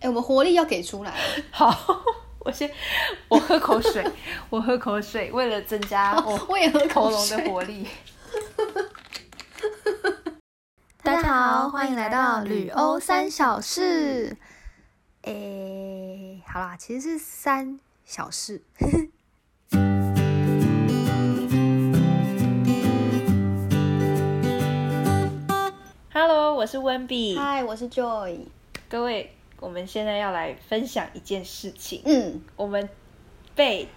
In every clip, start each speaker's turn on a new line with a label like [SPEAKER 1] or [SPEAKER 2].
[SPEAKER 1] 哎我们活力要给出来。
[SPEAKER 2] 好， 我先我喝口水， 我喝口水，为了增加我
[SPEAKER 1] 我也喝
[SPEAKER 2] 喉
[SPEAKER 1] 哦口
[SPEAKER 2] 咙的
[SPEAKER 1] 水。
[SPEAKER 2] 活力。
[SPEAKER 1] 大家好，欢迎来到旅欧三小事。诶，好啦，其实是三小事。
[SPEAKER 2] Hello，我是温比，
[SPEAKER 1] 嗨，我是 Joy。
[SPEAKER 2] 各位，我们现在要来分享一件事情，
[SPEAKER 1] 嗯，
[SPEAKER 2] 我们被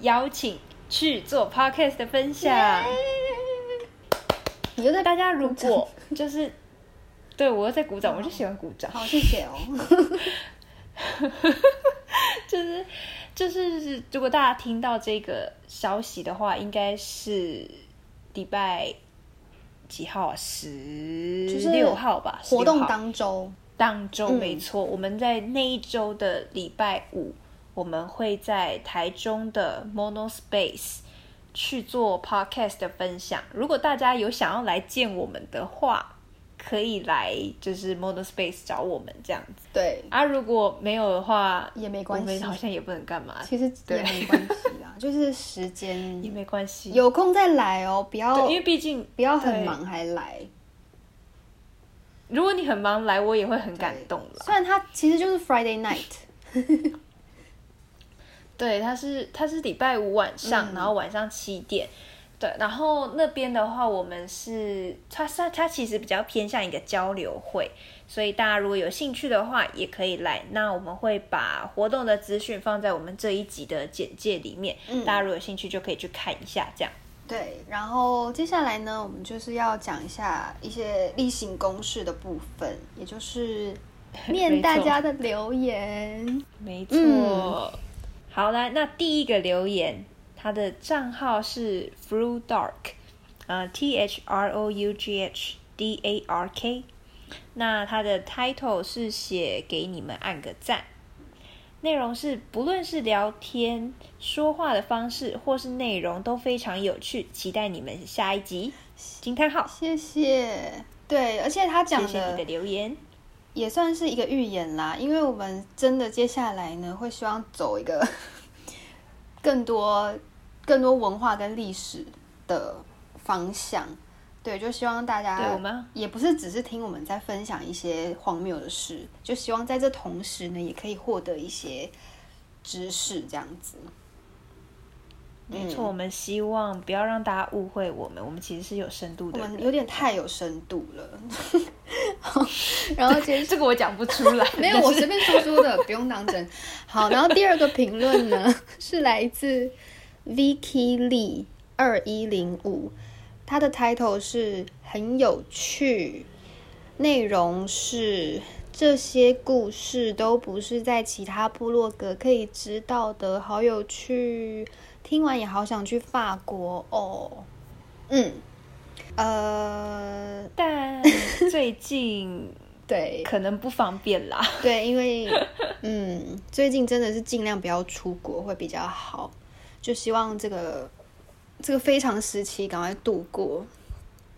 [SPEAKER 2] 邀请去做 podcast 的分享。
[SPEAKER 1] 你又在
[SPEAKER 2] 大家如果就是对我又在鼓掌，我就喜欢鼓 掌，
[SPEAKER 1] 好，谢谢哦。
[SPEAKER 2] 就是就是，如果大家听到这个消息的话，应该是礼拜几号啊？十
[SPEAKER 1] 就是
[SPEAKER 2] 六号吧，
[SPEAKER 1] 活动
[SPEAKER 2] 16号
[SPEAKER 1] 当周，
[SPEAKER 2] 当周，
[SPEAKER 1] 嗯
[SPEAKER 2] 没错，我们在那一周的礼拜五，我们会在台中的 Mono Space 去做 podcast 的分享。如果大家有想要来见我们的话，可以来就是 Mono Space 找我们这样 子。
[SPEAKER 1] 对，
[SPEAKER 2] 啊，如果没有的话，
[SPEAKER 1] 也没关
[SPEAKER 2] 我们
[SPEAKER 1] 系
[SPEAKER 2] 好。像也不能干嘛，
[SPEAKER 1] 其实也
[SPEAKER 2] 对
[SPEAKER 1] 没关系啦，就是时 间
[SPEAKER 2] 也没关系。
[SPEAKER 1] 有空再来哦，不要
[SPEAKER 2] 对，因为毕竟
[SPEAKER 1] 不要很
[SPEAKER 2] 对
[SPEAKER 1] 忙还来。
[SPEAKER 2] 如果你很忙来，我也会很感动啦。
[SPEAKER 1] 虽然它其实就是 Friday night，
[SPEAKER 2] 对，它是它是礼拜五晚上，
[SPEAKER 1] 嗯
[SPEAKER 2] 然后晚上七点。对，然后那边的话，我们是它它它其实比较偏向一个交流会，所以大家如果有兴趣的话，也可以来。那我们会把活动的资讯放在我们这一集的简介里面，
[SPEAKER 1] 嗯
[SPEAKER 2] 大家如果有兴趣就可以去看一下。这样，
[SPEAKER 1] 对，然后接下来呢，我们就是要讲一下一些例行公事的部分，也就是念
[SPEAKER 2] 没
[SPEAKER 1] 大
[SPEAKER 2] 错
[SPEAKER 1] 家的留言。
[SPEAKER 2] 没错。
[SPEAKER 1] 嗯
[SPEAKER 2] 好来，那第一个留言，他的账号是 Through Dark，呃，T H R O U G H D A R K。那它的 title 是写给你们按个赞，内容是不论是聊天、说话的方式或是内容都非常有趣，期待你们下一集。惊叹号！
[SPEAKER 1] 谢谢。对，而且他讲
[SPEAKER 2] 谢
[SPEAKER 1] 的
[SPEAKER 2] 谢你的留言。
[SPEAKER 1] 也算是一个预言啦，因为我们真的接下来呢，会希望走一个 更多、更多文化跟历史的方向。对，就希望大
[SPEAKER 2] 对我
[SPEAKER 1] 家
[SPEAKER 2] 们
[SPEAKER 1] 也不是只是听我们在分享一些荒谬的事，就希望在这同时呢，也可以获得一些知识，这样子。嗯
[SPEAKER 2] 没错，我们希望不要让大家误会我们，我们其实是有深度
[SPEAKER 1] 我
[SPEAKER 2] 的人。
[SPEAKER 1] 们有点太有深度了。 然后接，
[SPEAKER 2] 这个我讲不出 来
[SPEAKER 1] 没有，
[SPEAKER 2] 但
[SPEAKER 1] 我
[SPEAKER 2] 是
[SPEAKER 1] 随便说说的，不用当真。好，然后第二个评论呢，是来自 Vicky Lee 二一零五，他的 title 是很有趣，内容是这些故事都不是在其他部落格可以知道的，好有趣，听完也好想去法国哦。嗯，呃，
[SPEAKER 2] 但最近
[SPEAKER 1] 对，
[SPEAKER 2] 可能不方便啦。
[SPEAKER 1] 对，因为嗯，最近真的是尽量不要出国会比较好，就希望这个这个非常时期赶快度过。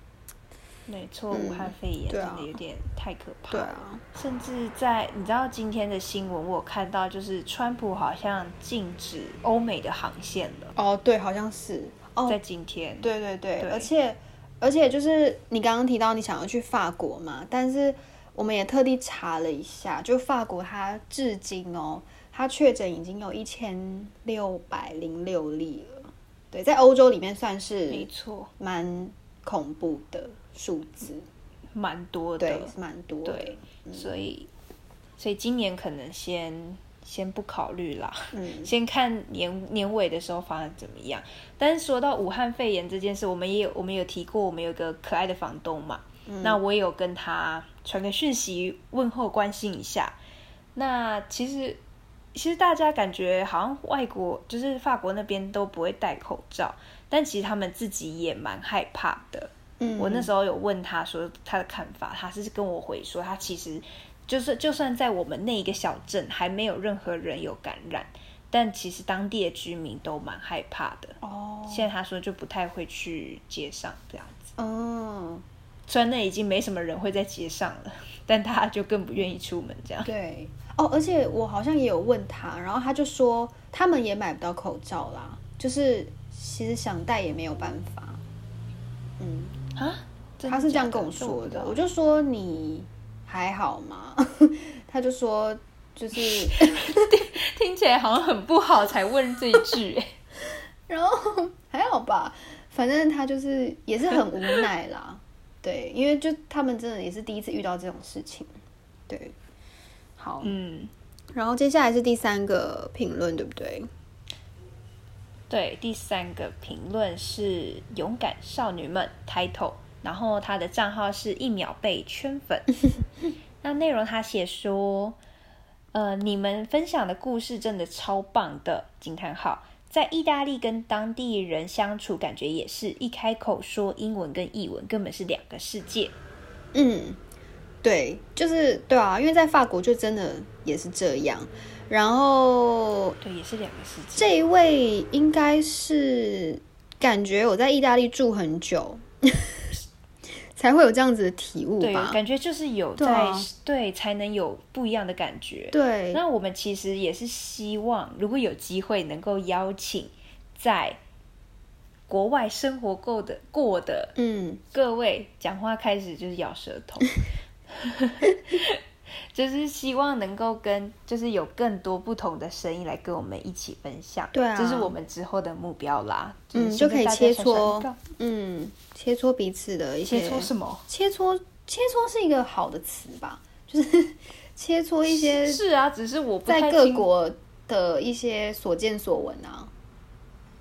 [SPEAKER 2] 没错，武汉肺炎
[SPEAKER 1] 对
[SPEAKER 2] 真
[SPEAKER 1] 啊
[SPEAKER 2] 的有点太可怕。
[SPEAKER 1] 对啊，
[SPEAKER 2] 甚至在你知道今天的新闻，我有看到就是川普好像禁止欧美的航线了，
[SPEAKER 1] 哦，对，好像是哦，
[SPEAKER 2] 在今天。
[SPEAKER 1] 对对对，
[SPEAKER 2] 对
[SPEAKER 1] 而且而且就是你刚刚提到你想要去法国嘛，但是我们也特地查了一下，就法国它至今哦，它确诊已经有一千六百零六例了，对，在欧洲里面算
[SPEAKER 2] 没
[SPEAKER 1] 是
[SPEAKER 2] 错，
[SPEAKER 1] 蛮恐怖的数字。
[SPEAKER 2] 蛮多的
[SPEAKER 1] 对，。是蛮多的。嗯
[SPEAKER 2] 对，所以所以今年可能先先不考虑啦，
[SPEAKER 1] 嗯
[SPEAKER 2] 先看年年尾的时候发展怎么样。但是说到武汉肺炎这件事，我们也有我们有提过，我们有个可爱的房东嘛，那我也有跟他传个讯息问候关心一下。那其实其实大家感觉好像外国就是法国那边都不会戴口罩，但其实他们自己也蛮害怕的。
[SPEAKER 1] 嗯
[SPEAKER 2] 我那时候有问他说他的看法，他是跟我回说，他其实就是就算在我们那一个小镇还没有任何人有感染，但其实当地的居民都蛮害怕的。
[SPEAKER 1] 哦，
[SPEAKER 2] 现在他说就不太会去街上这样子，
[SPEAKER 1] 嗯，
[SPEAKER 2] 虽然那已经没什么人会在街上了，但大家就更不愿意出门这样。
[SPEAKER 1] 对哦，而且我好像也有问他，然后他就说他们也买不到口罩啦，就是其实想戴也没有办法。嗯，
[SPEAKER 2] 啊？真的
[SPEAKER 1] 他是这样
[SPEAKER 2] 假
[SPEAKER 1] 跟我
[SPEAKER 2] 的这我
[SPEAKER 1] 说
[SPEAKER 2] 不知
[SPEAKER 1] 的，
[SPEAKER 2] 道
[SPEAKER 1] 我就说你还好吗？ 他就说就是，
[SPEAKER 2] 听起来好像很不好才问这一句、哎
[SPEAKER 1] 然后还好吧，反正他就是也是很无奈啦，对，因为就他们真的也是第一次遇到这种事情，对，好，
[SPEAKER 2] 嗯，
[SPEAKER 1] 然后接下来是第三个评论，对不对？
[SPEAKER 2] 对，第三个评论是“勇敢少女们 ”title，然后她的账号是一秒被圈 粉。那内容她写说：“呃，你们分享的故事真的超棒的！”惊叹号。在意大利跟当地人相处，感觉也是一开口说英文跟译文根本是两个世界。
[SPEAKER 1] 嗯，对，就是对啊，因为在法国就真的也是这样。然后
[SPEAKER 2] 对，也是两个世界。
[SPEAKER 1] 这一位应该是感觉我在意大利住很久， 才会有这样子的体悟
[SPEAKER 2] 对，
[SPEAKER 1] 吧？
[SPEAKER 2] 感觉就是有
[SPEAKER 1] 对
[SPEAKER 2] 在
[SPEAKER 1] 啊
[SPEAKER 2] 对才能有不一样的感觉。
[SPEAKER 1] 对，
[SPEAKER 2] 那我们其实也是希望，如果有机会能够邀请在国外生活过的过的
[SPEAKER 1] 嗯，
[SPEAKER 2] 各位，讲话开始就是咬舌头， 就是希望能够跟就是有更多不同的声音来跟我们一起分享。
[SPEAKER 1] 对啊
[SPEAKER 2] 这是我们之后的目标啦。
[SPEAKER 1] 嗯
[SPEAKER 2] 是
[SPEAKER 1] 就可以
[SPEAKER 2] 大家
[SPEAKER 1] 切
[SPEAKER 2] 小小
[SPEAKER 1] 磋
[SPEAKER 2] 预告
[SPEAKER 1] 嗯，切磋彼此的一些
[SPEAKER 2] 切磋什么？
[SPEAKER 1] 切磋切磋是一个好的词吧？就是 切磋一些
[SPEAKER 2] 是啊，只是我不
[SPEAKER 1] 在
[SPEAKER 2] 太
[SPEAKER 1] 各
[SPEAKER 2] 清
[SPEAKER 1] 国的一些所见所闻啊，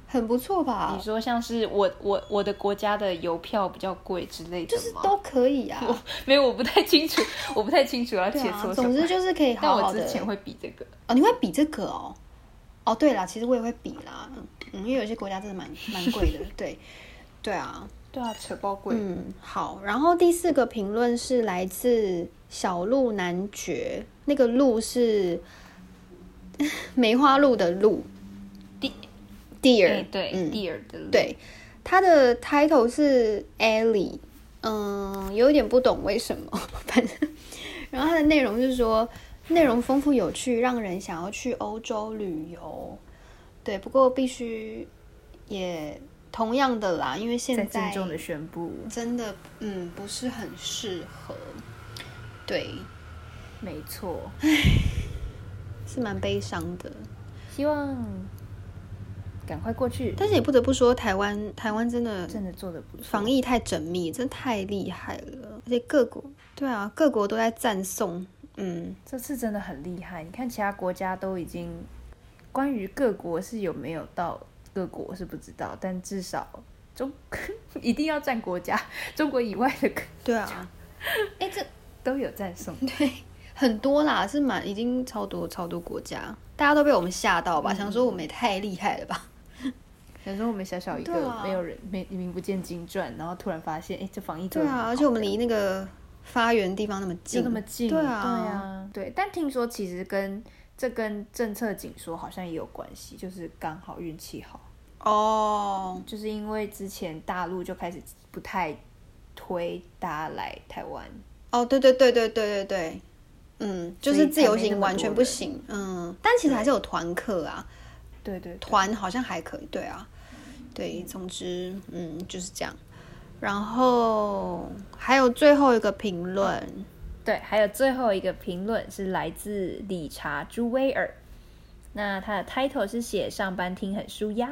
[SPEAKER 1] 很不错吧
[SPEAKER 2] 你？说像是我我我的国家的邮票比较贵之类的
[SPEAKER 1] 就是
[SPEAKER 2] 吗？
[SPEAKER 1] 都可以啊，
[SPEAKER 2] 没有，我不太清楚，我不太清楚要
[SPEAKER 1] 对
[SPEAKER 2] 切
[SPEAKER 1] 啊
[SPEAKER 2] 磋，什
[SPEAKER 1] 总
[SPEAKER 2] 么。
[SPEAKER 1] 之就是可以
[SPEAKER 2] 但
[SPEAKER 1] 好
[SPEAKER 2] 我
[SPEAKER 1] 好的
[SPEAKER 2] 之。前会比这个，
[SPEAKER 1] 哦，你会比这个哦？哦，对啦，其实我也会比啦，嗯嗯，因为有些国家真的蛮蛮贵的，对，对啊，
[SPEAKER 2] 对啊，扯包贵。
[SPEAKER 1] 嗯，好。然后第四个评论是来自小鹿男爵，那个鹿是 梅花鹿的鹿
[SPEAKER 2] 第
[SPEAKER 1] ，deer，、
[SPEAKER 2] 哎，对
[SPEAKER 1] 嗯，
[SPEAKER 2] ，dear 的，，
[SPEAKER 1] 对，他的 title 是 Ellie，嗯，有一点不懂为什么， 反正，然后他的内容是说，内容丰富有趣，让人想要去欧洲旅游。对，不过必须也同样的啦，因为现
[SPEAKER 2] 在
[SPEAKER 1] 在
[SPEAKER 2] 郑重的宣布，
[SPEAKER 1] 真的嗯不是很适合，对，
[SPEAKER 2] 没 错。
[SPEAKER 1] 是蛮悲伤的。
[SPEAKER 2] 希望赶快过去，
[SPEAKER 1] 但是也不得不说，台湾台湾真的
[SPEAKER 2] 真的做的不错。
[SPEAKER 1] 防疫太缜密，真的太厉害了，而且各国对啊，各国都在赞颂，嗯，
[SPEAKER 2] 这次真的很厉害，你看其他国家都已经，关于各国是有没有到各国是不知道，但至少中 一定要占国家，中国以外的各
[SPEAKER 1] 对啊，哎、这
[SPEAKER 2] 都有赞颂。
[SPEAKER 1] 很多啦，是蛮已经超多超多国家，大家都被我们吓到吧，想说我们也太厉害了吧，
[SPEAKER 2] 想说我们小小一
[SPEAKER 1] 对
[SPEAKER 2] 个
[SPEAKER 1] 啊，
[SPEAKER 2] 没有人没名不见经传，然后突然发现，哎，这防疫做
[SPEAKER 1] 对
[SPEAKER 2] 得
[SPEAKER 1] 啊，
[SPEAKER 2] 很
[SPEAKER 1] 而
[SPEAKER 2] 好
[SPEAKER 1] 且我们离那个发源地方那么
[SPEAKER 2] 就
[SPEAKER 1] 近，
[SPEAKER 2] 那么近，
[SPEAKER 1] 对
[SPEAKER 2] 对
[SPEAKER 1] 啊，
[SPEAKER 2] 啊，对。但听说其实跟这跟政策紧缩好像也有关系，就是刚好运气好，
[SPEAKER 1] 哦，
[SPEAKER 2] 就是因为之前大陆就开始不太推大家来台湾，
[SPEAKER 1] 哦，对对对对对对对。嗯，就
[SPEAKER 2] 所以
[SPEAKER 1] 是自
[SPEAKER 2] 才
[SPEAKER 1] 由
[SPEAKER 2] 没那
[SPEAKER 1] 行
[SPEAKER 2] 么
[SPEAKER 1] 完
[SPEAKER 2] 多
[SPEAKER 1] 全不
[SPEAKER 2] 人
[SPEAKER 1] 行，嗯，但其实还是有团客啊，
[SPEAKER 2] 对对对，
[SPEAKER 1] 团好像还可以，对啊，对，总之，嗯，就是这样。然后还有最后一个评论，
[SPEAKER 2] 对，还有最后一个评论是来自理查·朱威尔，那他的 title 是写上班听很舒压。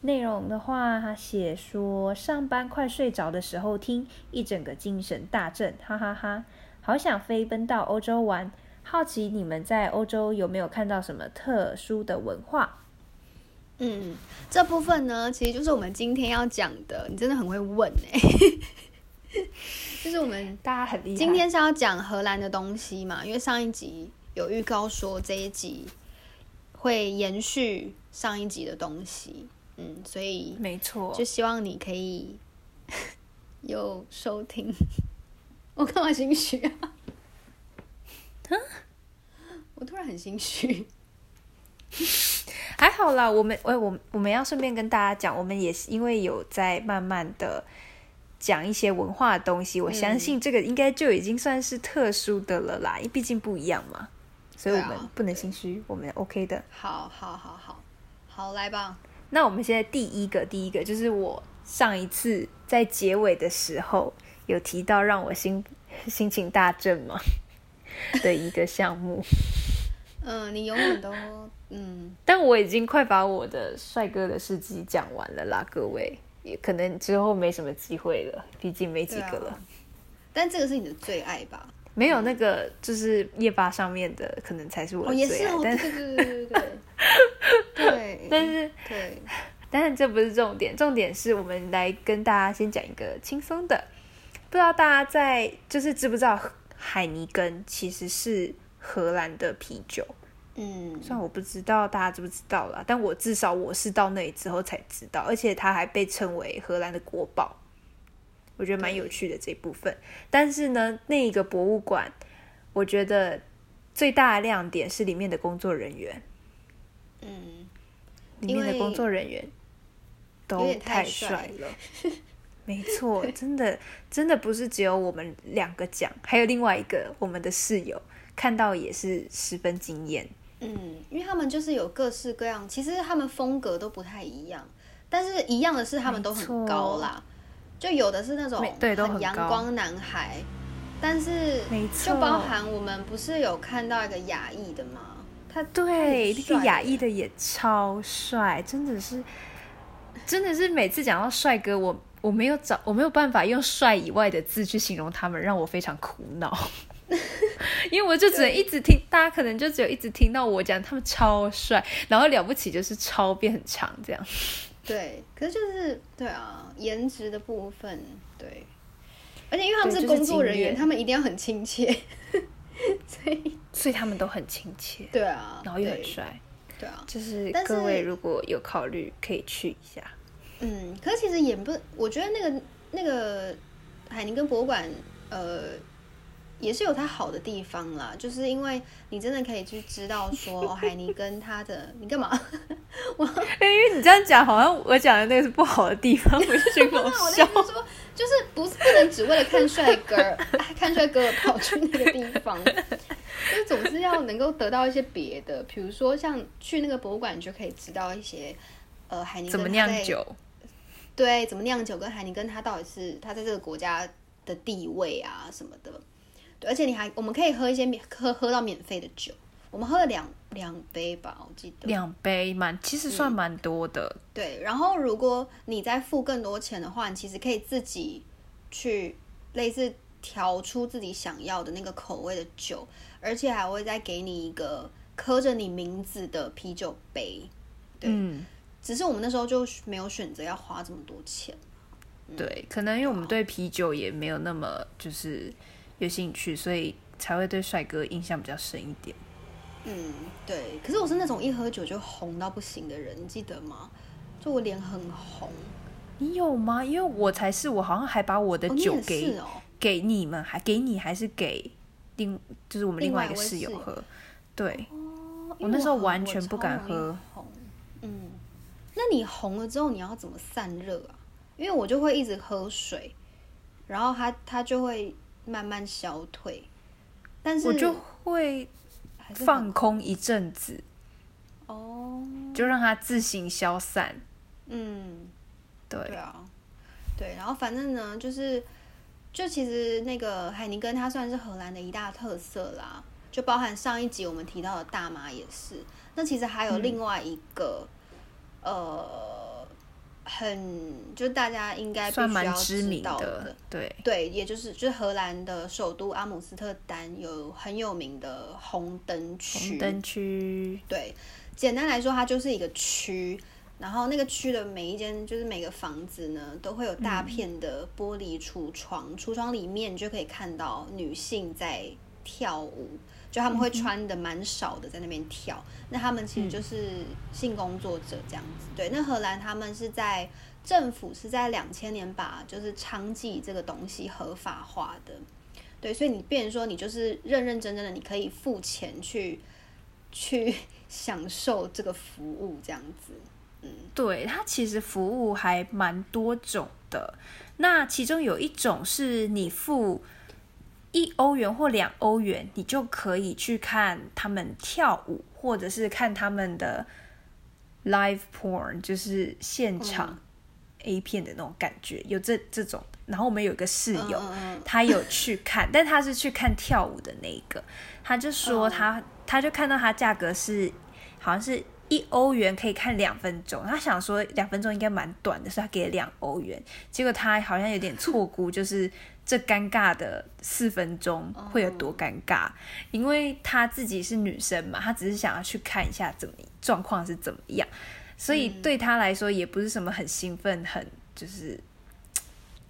[SPEAKER 2] 内容的话，他写说上班快睡着的时候听，一整个精神大振，哈哈哈好想飞奔到欧洲玩，好奇你们在欧洲有没有看到什么特殊的文化？
[SPEAKER 1] 嗯，这部分呢，其实就是我们今天要讲的。你真的很会问哎、 就是我们
[SPEAKER 2] 大家很厉害。
[SPEAKER 1] 今天是要讲荷兰的东西嘛，因为上一集有预告说这一集会延续上一集的东西，嗯，所以
[SPEAKER 2] 没错
[SPEAKER 1] 就，希望你可以 有收听。 我干嘛心虚啊？我突然很心虚。
[SPEAKER 2] 还好啦，我们哎我我我们要顺便跟大家讲，我们也是因为有在慢慢的讲一些文化
[SPEAKER 1] 嗯
[SPEAKER 2] 的东西，我相信这个应该就已经算是特殊的了啦，毕竟不一样嘛。所以我
[SPEAKER 1] 对
[SPEAKER 2] 们
[SPEAKER 1] 啊
[SPEAKER 2] 不能心虚，我们 OK 的。
[SPEAKER 1] 好好好好好，来吧。
[SPEAKER 2] 那我们现在第一个，第一个就是我上一次在结尾的时候有提到让我心心情大振嘛 的一个项目，
[SPEAKER 1] 嗯，你永远 都嗯，
[SPEAKER 2] 但我已经快把我的帅哥的事迹讲完了啦，各位，也可能之后没什么机会了，毕竟没几
[SPEAKER 1] 对啊
[SPEAKER 2] 个了。
[SPEAKER 1] 但这个是你的最爱吧？
[SPEAKER 2] 没有那个，就是夜吧上面的，可能才是 我
[SPEAKER 1] 哦，
[SPEAKER 2] 的
[SPEAKER 1] 也
[SPEAKER 2] 最
[SPEAKER 1] 是
[SPEAKER 2] 爱。
[SPEAKER 1] 哦，对
[SPEAKER 2] 但
[SPEAKER 1] 对对对对对对，
[SPEAKER 2] 但是，
[SPEAKER 1] 对，
[SPEAKER 2] 但是这不是重点，重点是我们来跟大家先讲一个轻松的。不知道大家在就是知不知道海尼根其实是荷兰的啤酒？
[SPEAKER 1] 嗯，
[SPEAKER 2] 虽然我不知道大家知不知道啦，但我至少我是到那里之后才知道，而且它还被称为荷兰的国宝，我觉得蛮有趣的这一部分。但是呢，那一个博物馆，我觉得最大的亮点是里面的工作人员，
[SPEAKER 1] 嗯，
[SPEAKER 2] 里面
[SPEAKER 1] 因
[SPEAKER 2] 的
[SPEAKER 1] 为
[SPEAKER 2] 工作人员
[SPEAKER 1] 有
[SPEAKER 2] 都
[SPEAKER 1] 点太
[SPEAKER 2] 帅
[SPEAKER 1] 了，
[SPEAKER 2] 没错，真的真的不是只有我们两个讲，还有另外一个我们的室友看到也是十分惊艳。
[SPEAKER 1] 嗯，因为他们就是有各式各样，其实他们风格都不太一样，但是一样的是他们都
[SPEAKER 2] 没错
[SPEAKER 1] 很高啦，就有的是那种
[SPEAKER 2] 没对都很
[SPEAKER 1] 阳
[SPEAKER 2] 高
[SPEAKER 1] 光男孩，但是
[SPEAKER 2] 没
[SPEAKER 1] 就
[SPEAKER 2] 错
[SPEAKER 1] 包含我们不是有看到一个亚裔的吗？他
[SPEAKER 2] 对，那
[SPEAKER 1] 太帅
[SPEAKER 2] 个亚
[SPEAKER 1] 了
[SPEAKER 2] 裔的也超帅，真的是，真的是每次讲到帅哥，我我没有找我没有办法用帅以外的字去形容他们，让我非常苦恼， 因为我就只能一直听，大家可能就只有一直听到我讲他们超帅，然后了不起就是超变很长这样。
[SPEAKER 1] 对，可是就是对啊，颜值的部分，对，而且因为他们
[SPEAKER 2] 对
[SPEAKER 1] 是
[SPEAKER 2] 就是
[SPEAKER 1] 工作人
[SPEAKER 2] 经
[SPEAKER 1] 员，
[SPEAKER 2] 验
[SPEAKER 1] 他们一定要很亲切，
[SPEAKER 2] 所以他们都很亲切，
[SPEAKER 1] 对啊，
[SPEAKER 2] 然后又很
[SPEAKER 1] 对，
[SPEAKER 2] 帅，
[SPEAKER 1] 对啊，
[SPEAKER 2] 就是
[SPEAKER 1] 但
[SPEAKER 2] 各位
[SPEAKER 1] 是
[SPEAKER 2] 如果有考虑可以去一下。
[SPEAKER 1] 嗯，可是其实也不，我觉得那个那个海宁根博物馆，呃，也是有它好的地方啦，就是因为你真的可以去知道说、哦、海尼根他的，你干 嘛？
[SPEAKER 2] 哎因为你这样讲，好像我讲的那个是不好的地方，我就觉得
[SPEAKER 1] 那
[SPEAKER 2] 好
[SPEAKER 1] 我的
[SPEAKER 2] 笑
[SPEAKER 1] 意。思是说，就是不是不能只为了看帅哥儿，啊看帅哥儿跑去那个地方，就是总是要能够得到一些别的，比如说像去那个博物馆，你就可以知道一些呃海尼根
[SPEAKER 2] 怎么
[SPEAKER 1] 他
[SPEAKER 2] 酿
[SPEAKER 1] 在
[SPEAKER 2] 酒？
[SPEAKER 1] 对，怎么酿酒跟海尼根他到底是他在这个国家的地位啊什么的。对，而且你还我们可以喝一些免喝喝到免费的酒，我们喝了两两杯吧，我记得。
[SPEAKER 2] 两杯蛮，其实
[SPEAKER 1] 嗯
[SPEAKER 2] 算蛮多的。
[SPEAKER 1] 对，然后如果你再付更多钱的话，你其实可以自己去类似调出自己想要的那个口味的酒，而且还会再给你一个刻着你名字的啤酒杯。对
[SPEAKER 2] 嗯，
[SPEAKER 1] 只是我们那时候就没有选择要花这么多钱。嗯
[SPEAKER 2] 对，可能因为我们对啤酒也没有那么就是有兴趣，所以才会对帅哥印象比较深一点。
[SPEAKER 1] 嗯，对。可是我是那种一喝酒就红到不行的人，你记得吗？就我脸很红，
[SPEAKER 2] 你有吗？因为我才是，我好像还把我的
[SPEAKER 1] 哦，你
[SPEAKER 2] 哎酒
[SPEAKER 1] 也
[SPEAKER 2] 给、
[SPEAKER 1] 是哦。
[SPEAKER 2] 给你们，还给你，还是给另就是我们另
[SPEAKER 1] 另
[SPEAKER 2] 外
[SPEAKER 1] 外
[SPEAKER 2] 一个
[SPEAKER 1] 一位
[SPEAKER 2] 室
[SPEAKER 1] 室
[SPEAKER 2] 友
[SPEAKER 1] 友
[SPEAKER 2] 喝。对，
[SPEAKER 1] 哦
[SPEAKER 2] 我
[SPEAKER 1] 因为
[SPEAKER 2] 那时候
[SPEAKER 1] 很
[SPEAKER 2] 完
[SPEAKER 1] 我
[SPEAKER 2] 全不
[SPEAKER 1] 超
[SPEAKER 2] 敢
[SPEAKER 1] 容易
[SPEAKER 2] 喝
[SPEAKER 1] 红。嗯，那你红了之后，你要怎么散热啊？因为我就会一直喝水，然后它它就会慢慢消退，但是
[SPEAKER 2] 我就会
[SPEAKER 1] 还是
[SPEAKER 2] 放空一阵子，
[SPEAKER 1] 很哦，
[SPEAKER 2] 就让它自行消散。
[SPEAKER 1] 嗯，
[SPEAKER 2] 对，
[SPEAKER 1] 对啊，对，然后反正呢，就是就其实那个海尼根它算是荷兰的一大特色啦，就包含上一集我们提到的大麻也是。那其实还
[SPEAKER 2] 嗯
[SPEAKER 1] 有另外一个，呃，很就大家应该必
[SPEAKER 2] 算
[SPEAKER 1] 须
[SPEAKER 2] 蛮
[SPEAKER 1] 要
[SPEAKER 2] 知
[SPEAKER 1] 知
[SPEAKER 2] 名
[SPEAKER 1] 道
[SPEAKER 2] 的。对，
[SPEAKER 1] 对，也就是就是荷兰的首都阿姆斯特丹有很有名的红灯区，
[SPEAKER 2] 红灯区。
[SPEAKER 1] 对，简单来说，它就是一个区，然后那个区的每一间就是每个房子呢，都会有大片的玻璃橱窗，橱窗里面就可以看到女性在跳舞，就他们会穿的蛮少的在那边跳，那他们其实就是性工作者这样子。对，那荷兰他们是在政府是在两千年把就是娼妓这个东西合法化的。对，所以你变成说，你就是认认真真的，你可以付钱去去 享受这个服务，这样子。
[SPEAKER 2] 对，它其实服务还蛮多种的。那其中有一种是你付一欧元或两欧元，你就可以去看他们跳舞，或者是看他们的 live porn，就是现
[SPEAKER 1] 嗯
[SPEAKER 2] 场 A 片的那种感觉，有这这种。然后我们有一个室友，
[SPEAKER 1] 嗯
[SPEAKER 2] 他有去看，但他是去看跳舞的那一个，他就说
[SPEAKER 1] 嗯
[SPEAKER 2] 他、他就看到他价格是好像是一欧元可以看两分钟，他想说两分钟应该蛮短的，所以他给了两欧元，结果他好像有点错估，就是这尴尬的四分钟会有
[SPEAKER 1] 哦
[SPEAKER 2] 多尴尬，因为他自己是女生嘛，他只是想要去看一下怎么状况是怎么样，所以
[SPEAKER 1] 嗯
[SPEAKER 2] 对他来说也不是什么很兴奋，很就是。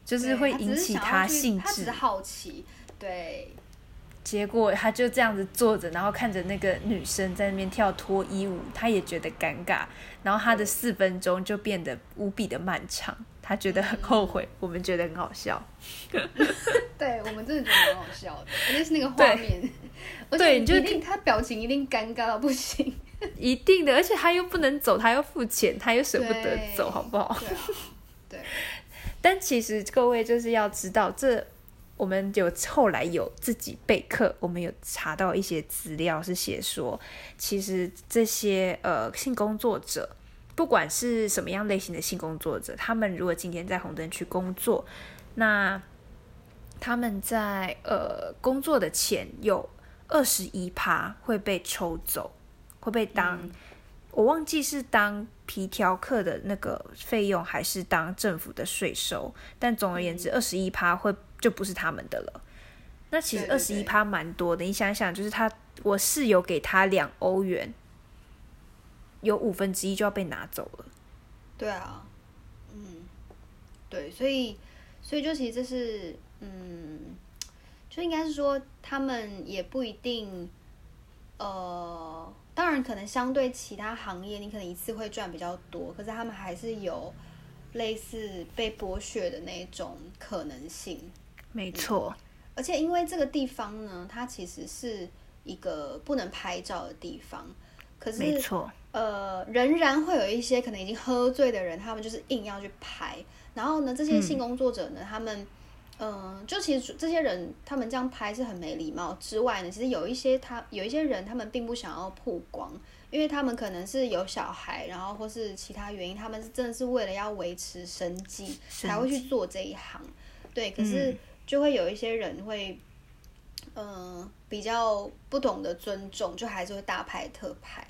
[SPEAKER 2] 就
[SPEAKER 1] 对
[SPEAKER 2] 是会
[SPEAKER 1] 他只
[SPEAKER 2] 引起
[SPEAKER 1] 想要去
[SPEAKER 2] 兴致，
[SPEAKER 1] 他只是好奇，对，
[SPEAKER 2] 结果他就这样子坐着，然后看着那个女生在那边跳脱衣舞，他也觉得尴尬，然后他的四分钟就变得无比的漫长，他觉得很后悔，我们觉得很好笑。
[SPEAKER 1] 对我们真的觉得蛮好笑的，而且是那个画
[SPEAKER 2] 对
[SPEAKER 1] 面，而且
[SPEAKER 2] 对你就
[SPEAKER 1] 一定他表情一定尴尬到不行，
[SPEAKER 2] 一定的，而且他又不能走，他又付钱，他又舍不得
[SPEAKER 1] 对
[SPEAKER 2] 走，好不好？
[SPEAKER 1] 对啊，对，
[SPEAKER 2] 但其实各位就是要知道，这我们有后来有自己备课，我们有查到一些资料是写说，其实这些呃性工作者，不管是什么样类型的性工作者，他们如果今天在红灯区工作，那他们在呃工作的前有二十一趴会被抽走，会被当、我忘记是当皮条客的那个费用，还是当政府的税收。但总而言之，二十一趴会就不是他们的了。那其实
[SPEAKER 1] 对
[SPEAKER 2] 二
[SPEAKER 1] 对
[SPEAKER 2] 十
[SPEAKER 1] 对
[SPEAKER 2] 一趴蛮多的，你想一想，就是他我室友给他两欧元，有五分之一就要被拿走了。
[SPEAKER 1] 对啊，嗯，对，所以所以就其实这是嗯，就应该是说他们也不一定，呃，当然可能相对其他行业，你可能一次会赚比较多，可是他们还是有类似被剥削的那种可能性。
[SPEAKER 2] 没错，
[SPEAKER 1] 而且因为这个地方呢，它其实是一个不能拍照的地方，可是
[SPEAKER 2] 没错，
[SPEAKER 1] 呃，仍然会有一些可能已经喝醉的人，他们就是硬要去拍。然后呢，这些性工作者呢，他们，嗯、就其实这些人他们这样拍是很没礼貌。之外呢，其实有一些他有一些人，他们并不想要曝光，因为他们可能是有小孩，然后或是其他原因，他们是真的是为了要维持生计
[SPEAKER 2] 生
[SPEAKER 1] 才会去做这一行。对，可是
[SPEAKER 2] 嗯
[SPEAKER 1] 就会有一些人会。嗯，比较不懂得尊重，就还是会大拍特拍。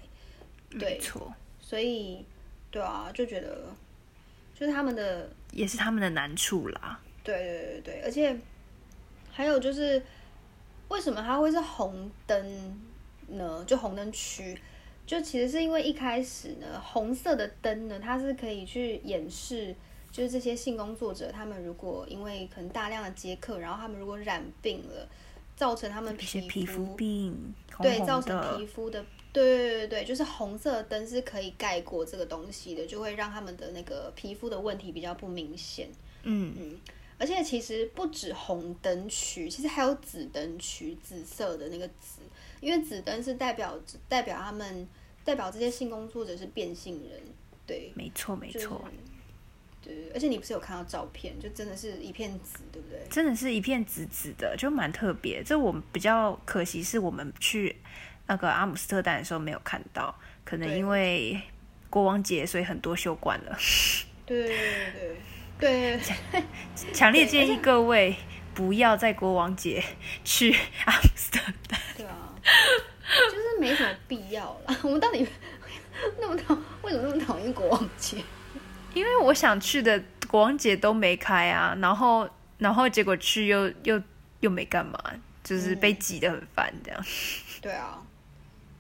[SPEAKER 2] 没错，
[SPEAKER 1] 所以，对啊，就觉得就是他们的，
[SPEAKER 2] 也是他们的难处啦。
[SPEAKER 1] 对对对对，而且还有就是为什么它会是红灯呢？就红灯区，就其实是因为一开始呢，红色的灯呢，它是可以去掩饰。就是这些性工作者，他们如果因为可能大量的接客，然后他们如果染病了，造成他们
[SPEAKER 2] 一些
[SPEAKER 1] 皮
[SPEAKER 2] 皮肤病，红
[SPEAKER 1] 对，
[SPEAKER 2] 红
[SPEAKER 1] 造成
[SPEAKER 2] 的
[SPEAKER 1] 皮肤的，对对对对对，就是红色的灯是可以盖过这个东西的，就会让他们的那个皮肤的问题比较不明显。
[SPEAKER 2] 嗯，
[SPEAKER 1] 而且其实不止红灯区，其实还有紫灯区，紫色的那个紫，因为紫灯是代表代表他们代表这些性工作者是变性人，对，
[SPEAKER 2] 没错没
[SPEAKER 1] 就是
[SPEAKER 2] 错，
[SPEAKER 1] 对对，对而且你不是有看到照片，就真的是一片紫，对不对？
[SPEAKER 2] 真的是一片紫紫的，就蛮特别。这我们比较可惜是我们去那个阿姆斯特丹的时候没有看到，可能
[SPEAKER 1] 对
[SPEAKER 2] 因为国王节，所以很多休馆了。
[SPEAKER 1] 对对对对对对对对，
[SPEAKER 2] 强烈建议各位不要在国王节去阿姆斯特丹。
[SPEAKER 1] 对啊，就是没什么必要啦。我们到底那么讨为什么那么讨厌国王节？
[SPEAKER 2] 因为我想去的国王节都没开啊，然后然后结果去又又又没干嘛，就是被挤得很烦这样。
[SPEAKER 1] 对啊，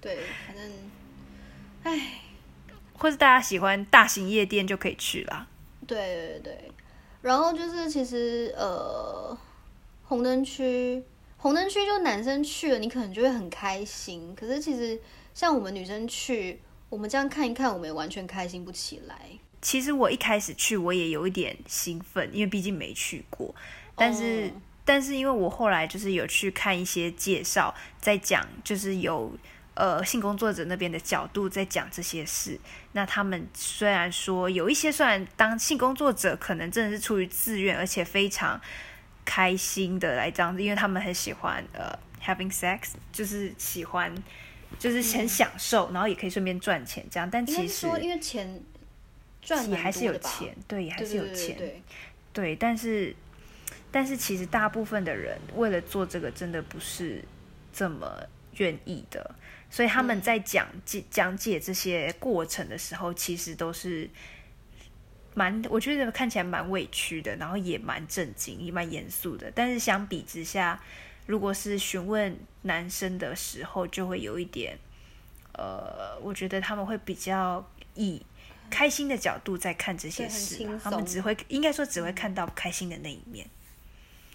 [SPEAKER 1] 对，反正，唉，
[SPEAKER 2] 或是大家喜欢大型夜店就可以去啦。
[SPEAKER 1] 对对对。然后就是其实呃，红灯区，红灯区就男生去了，你可能就会很开心。可是其实像我们女生去，我们这样看一看，我们也完全开心不起来。
[SPEAKER 2] 其实我一开始去我也有一点兴奋，因为毕竟没去过，但是、
[SPEAKER 1] 哦
[SPEAKER 2] 但是因为我后来就是有去看一些介绍，在讲就是有呃性工作者那边的角度在讲这些事。那他们虽然说有一些虽然当性工作者可能真的是出于自愿，而且非常开心的来这样子，因为他们很喜欢呃 having sex，就是喜欢，就是很享受，然后也可以顺便赚钱这样。但
[SPEAKER 1] 嗯应该
[SPEAKER 2] 其
[SPEAKER 1] 是
[SPEAKER 2] 实
[SPEAKER 1] 说因为钱赚
[SPEAKER 2] 也
[SPEAKER 1] 蛮
[SPEAKER 2] 还是
[SPEAKER 1] 多
[SPEAKER 2] 有
[SPEAKER 1] 的吧
[SPEAKER 2] 钱，对，也还
[SPEAKER 1] 对
[SPEAKER 2] 是有
[SPEAKER 1] 对对
[SPEAKER 2] 钱，
[SPEAKER 1] 对对
[SPEAKER 2] 对，但是但是其实大部分的人为了做这个，真的不是这么愿意的。所以他
[SPEAKER 1] 嗯
[SPEAKER 2] 们在讲解、讲解这些过程的时候，其实都是蛮，我觉得看起来蛮委屈的，然后也蛮震惊，也蛮严肃的。但是相比之下，如果是询问男生的时候，就会有一点，呃，我觉得他们会比较以开心的角度在看这些
[SPEAKER 1] 嗯对很
[SPEAKER 2] 事
[SPEAKER 1] 轻
[SPEAKER 2] 啦，他们
[SPEAKER 1] 松嗯
[SPEAKER 2] 只会应该说只会看到开心的那一面。